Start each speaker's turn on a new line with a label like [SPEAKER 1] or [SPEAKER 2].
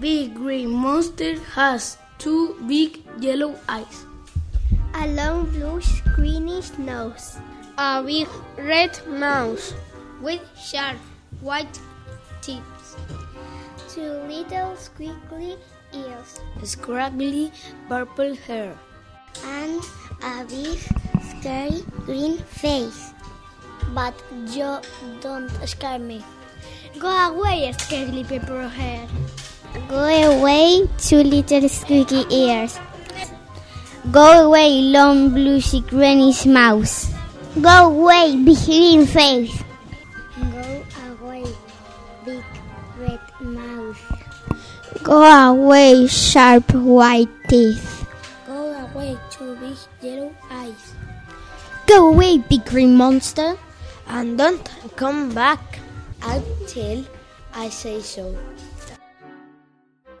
[SPEAKER 1] big green monster has two big yellow eyes.
[SPEAKER 2] A long bluish greenish nose.
[SPEAKER 3] A big red mouth
[SPEAKER 4] with sharp white tips.
[SPEAKER 2] Two little squiggly ears.
[SPEAKER 5] Scraggly purple hair.
[SPEAKER 2] And a big scary green face.
[SPEAKER 6] But you don't scare me.
[SPEAKER 7] Go away, scaggly purple hair.
[SPEAKER 2] Go away, two little squeaky ears. Go away, long bluesy granny's mouse. Go away, big green face.
[SPEAKER 6] Go away, big red mouth.
[SPEAKER 2] Go away, sharp white teeth.
[SPEAKER 6] Go away, two big yellow eyes.
[SPEAKER 2] Go away, big green monster.
[SPEAKER 5] And don't come back
[SPEAKER 6] until I say so.